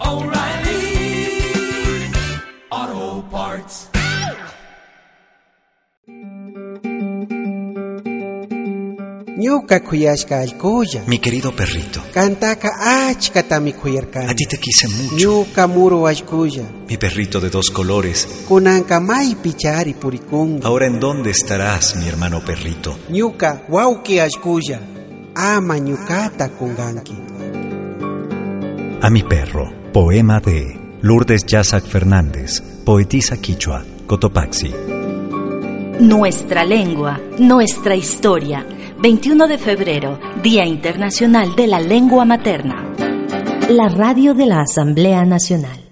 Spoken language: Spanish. O'Reilly. Auto Parts. ñuka kuyashka alkuya Mi querido perrito, kantaka achkata a mikuyarkani ti te quise mucho. ñuka muru allkulla Mi perrito de dos colores, kunanka maypichari purikunki ahora en dónde estarás, mi hermano perrito? ñuka wauki allkulla ama ñukata kunkanki A mi perro, poema de Lourdes Yazak Fernández, poetisa quichua, Cotopaxi. Nuestra lengua, nuestra historia. 21 de febrero, Día Internacional de la Lengua Materna. La radio de la Asamblea Nacional.